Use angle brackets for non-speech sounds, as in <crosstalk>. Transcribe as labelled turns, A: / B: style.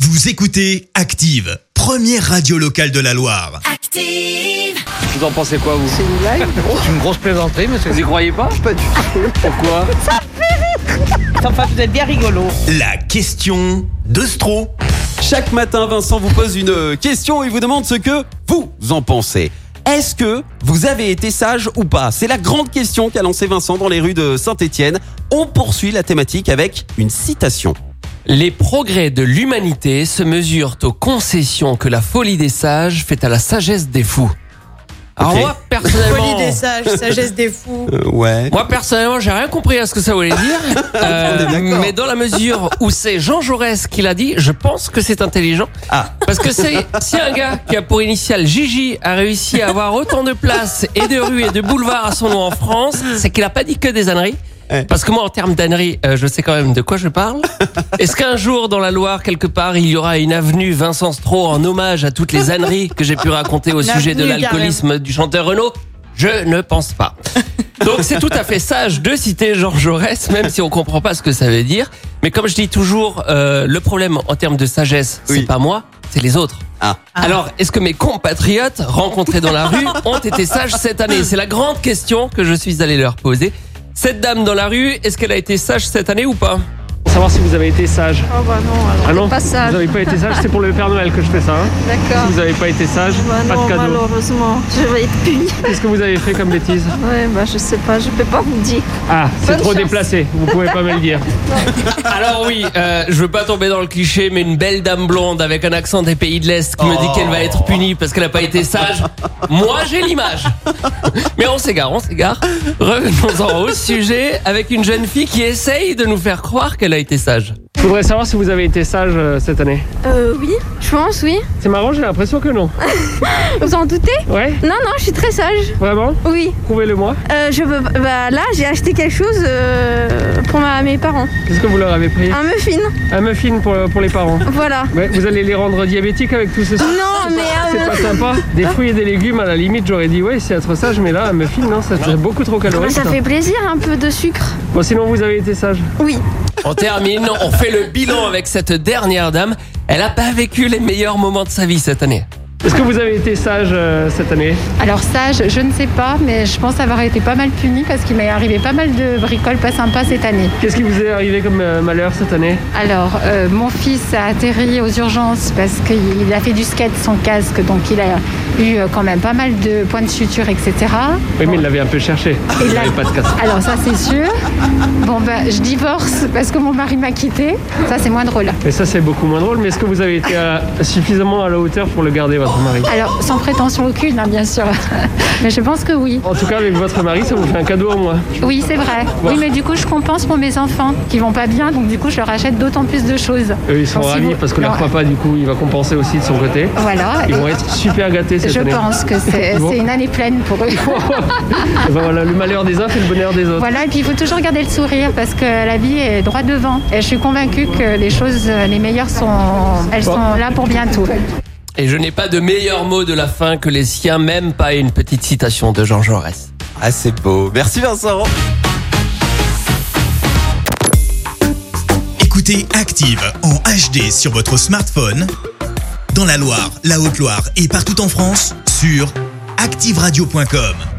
A: Vous écoutez Active, première radio locale de la Loire.
B: Active.
C: Vous en pensez quoi, vous
D: C'est une blague
C: C'est une grosse plaisanterie, monsieur. Vous y croyez pas
D: Pas du tout.
C: Pourquoi
D: Enfin, vous êtes bien rigolo.
A: La question de Stro.
E: Chaque matin, Vincent vous pose une euh, question et vous demande ce que vous en pensez. Est-ce que vous avez été sage ou pas C'est la grande question qu'a lancée Vincent dans les rues de Saint-Étienne. On poursuit la thématique avec une citation.
F: Les progrès de l'humanité se mesurent aux concessions que la folie des sages fait à la sagesse des fous. Alors
E: Ok.
F: moi
G: <laughs>
F: personnellement,
G: Folie des sages, sagesse des fous.
E: Euh, ouais.
F: moi personnellement, j'ai rien compris à ce que ça
E: <laughs>
F: voulait dire. Euh, mais dans la mesure où c'est Jean Jaurès qui l'a dit, je pense que c'est intelligent.
E: Ah.
F: Parce que c'est si un gars qui a pour initiale Gigi a réussi à avoir autant de places et de rues et de boulevards à son nom en France, c'est qu'il a pas dit que des âneries.
E: Ouais.
F: Parce que moi, en termes d'âneries, euh, je sais quand même de quoi je parle. Est-ce qu'un jour, dans la Loire, quelque part, il y aura une avenue Vincent Stroh en hommage à toutes les âneries que j'ai pu raconter au sujet de
G: L'avenue
F: l'alcoolisme du chanteur Renaud Je ne pense pas. Donc c'est tout à fait sage de citer Jean Jaurès, même si on comprend pas ce que ça veut dire. Mais comme je dis toujours, euh, le problème en termes de sagesse, c'est
E: Oui.
F: pas moi, c'est les autres.
E: Ah.
F: Alors, est-ce que mes compatriotes rencontrés dans la rue ont été sages cette année C'est la grande question que je suis allé leur poser. Cette dame dans la rue, est-ce qu'elle a été sage cette année ou pas
H: savoir si vous avez été sage.
G: Oh bah non, alors.
H: Ah non
I: Pas ça,
H: Vous n'avez pas été sage, c'est pour le Père Noël que je fais ça. hein.
I: d'accord.
H: Si vous n'avez pas été sage,
I: Bah
H: pas
I: non,
H: de cadeau.
I: malheureusement, je vais être punie.
H: Qu'est-ce que vous avez fait comme
I: <laughs>
H: bêtise
I: Ouais, bah je sais pas, je peux pas vous dire.
H: Ah, c'est
I: Bonne
H: trop
I: chance.
H: déplacé, vous pouvez pas me le
I: <laughs>
H: dire.
F: Alors oui, euh, je veux pas tomber dans le cliché, mais une belle dame blonde avec un accent des pays de l'Est qui me dit qu'elle va être punie parce qu'elle a pas été sage. Moi, j'ai l'image. Mais on s'égare, on s'égare. Revenons-en au sujet avec une jeune fille qui essaye de nous faire croire qu'elle a été sage.
H: Je voudrais savoir si vous avez été sage euh, cette année.
I: Euh, oui, je pense, oui.
H: C'est marrant, j'ai l'impression que non.
I: Vous en doutez
H: Ouais,
I: Non, non, je suis très sage.
H: vraiment
I: Oui.
H: Prouvez-le moi.
I: Euh, je veux. Bah là, j'ai acheté quelque chose euh, pour ma, mes parents.
H: Qu'est-ce que vous leur avez pris
I: Un muffin,
H: Un muffin pour, pour les
I: <laughs>
H: parents.
I: voilà.
H: Ouais, vous allez les rendre diabétiques avec tout ceci
I: Non, mais.
H: C'est
I: euh,
H: pas sympa. Des fruits et des légumes, à la limite, j'aurais dit ouais, c'est être sage, mais là, un muffin, non, ça serait beaucoup trop calorique.
I: Ah,
H: hein.
I: ça fait plaisir un peu de sucre.
H: Bon, sinon, vous avez été sage.
I: Oui.
F: On termine, on fait le bilan avec cette dernière dame. Elle a pas vécu les meilleurs moments de sa vie cette année.
H: Est-ce que vous avez été sage euh, cette année
J: Alors sage, je ne sais pas, mais je pense avoir été pas mal punie parce qu'il m'est arrivé pas mal de bricoles pas sympas cette année.
H: Qu'est-ce qui vous est arrivé comme euh, malheur cette année
J: Alors, euh, mon fils a atterri aux urgences parce qu'il a fait du skate sans casque, donc il a eu euh, quand même pas mal de points de suture, etc.
H: Oui, mais il l'avait un peu cherché. Il
J: là-
H: n'avait pas de casque.
J: Alors ça, c'est sûr. Bon, ben, je divorce parce que mon mari m'a quittée. Ça, c'est moins drôle.
H: Et ça, c'est beaucoup moins drôle. Mais est-ce que vous avez été à- suffisamment à la hauteur pour le garder, votre mari
J: Alors, sans prétention aucune, hein, bien sûr. <laughs> Mais je pense que oui.
H: En tout cas, avec votre mari, ça vous fait un cadeau au moins.
J: Oui, c'est vrai. Oui, mais du coup, je compense pour mes enfants qui vont pas bien, donc du coup, je leur achète d'autant plus de choses.
H: Eux, ils sont
J: Donc, si
H: ravis
J: vous-
H: parce que
J: Non.
H: leur papa, du coup, il va compenser aussi de son côté.
J: Voilà.
H: Ils
J: et
H: vont être super gâtés cette
J: je
H: année.
J: pense que c'est
H: Ils vont-
J: c'est une année pleine pour eux.
H: Et ben voilà, le malheur des uns fait le bonheur des autres.
J: voilà, et puis il faut toujours garder le sourire parce que la vie est droit devant. Et je suis convaincue que les choses, euh, les meilleures sont, elles sont là pour bientôt.
F: Et je n'ai pas de meilleurs mots de la fin que les siens, même pas une petite citation de Jean Jaurès.
E: Ah, c'est beau. Merci Vincent.
A: Écoutez Active en HD sur votre smartphone, dans la Loire, la Haute-Loire et partout en France, sur activeradio.com.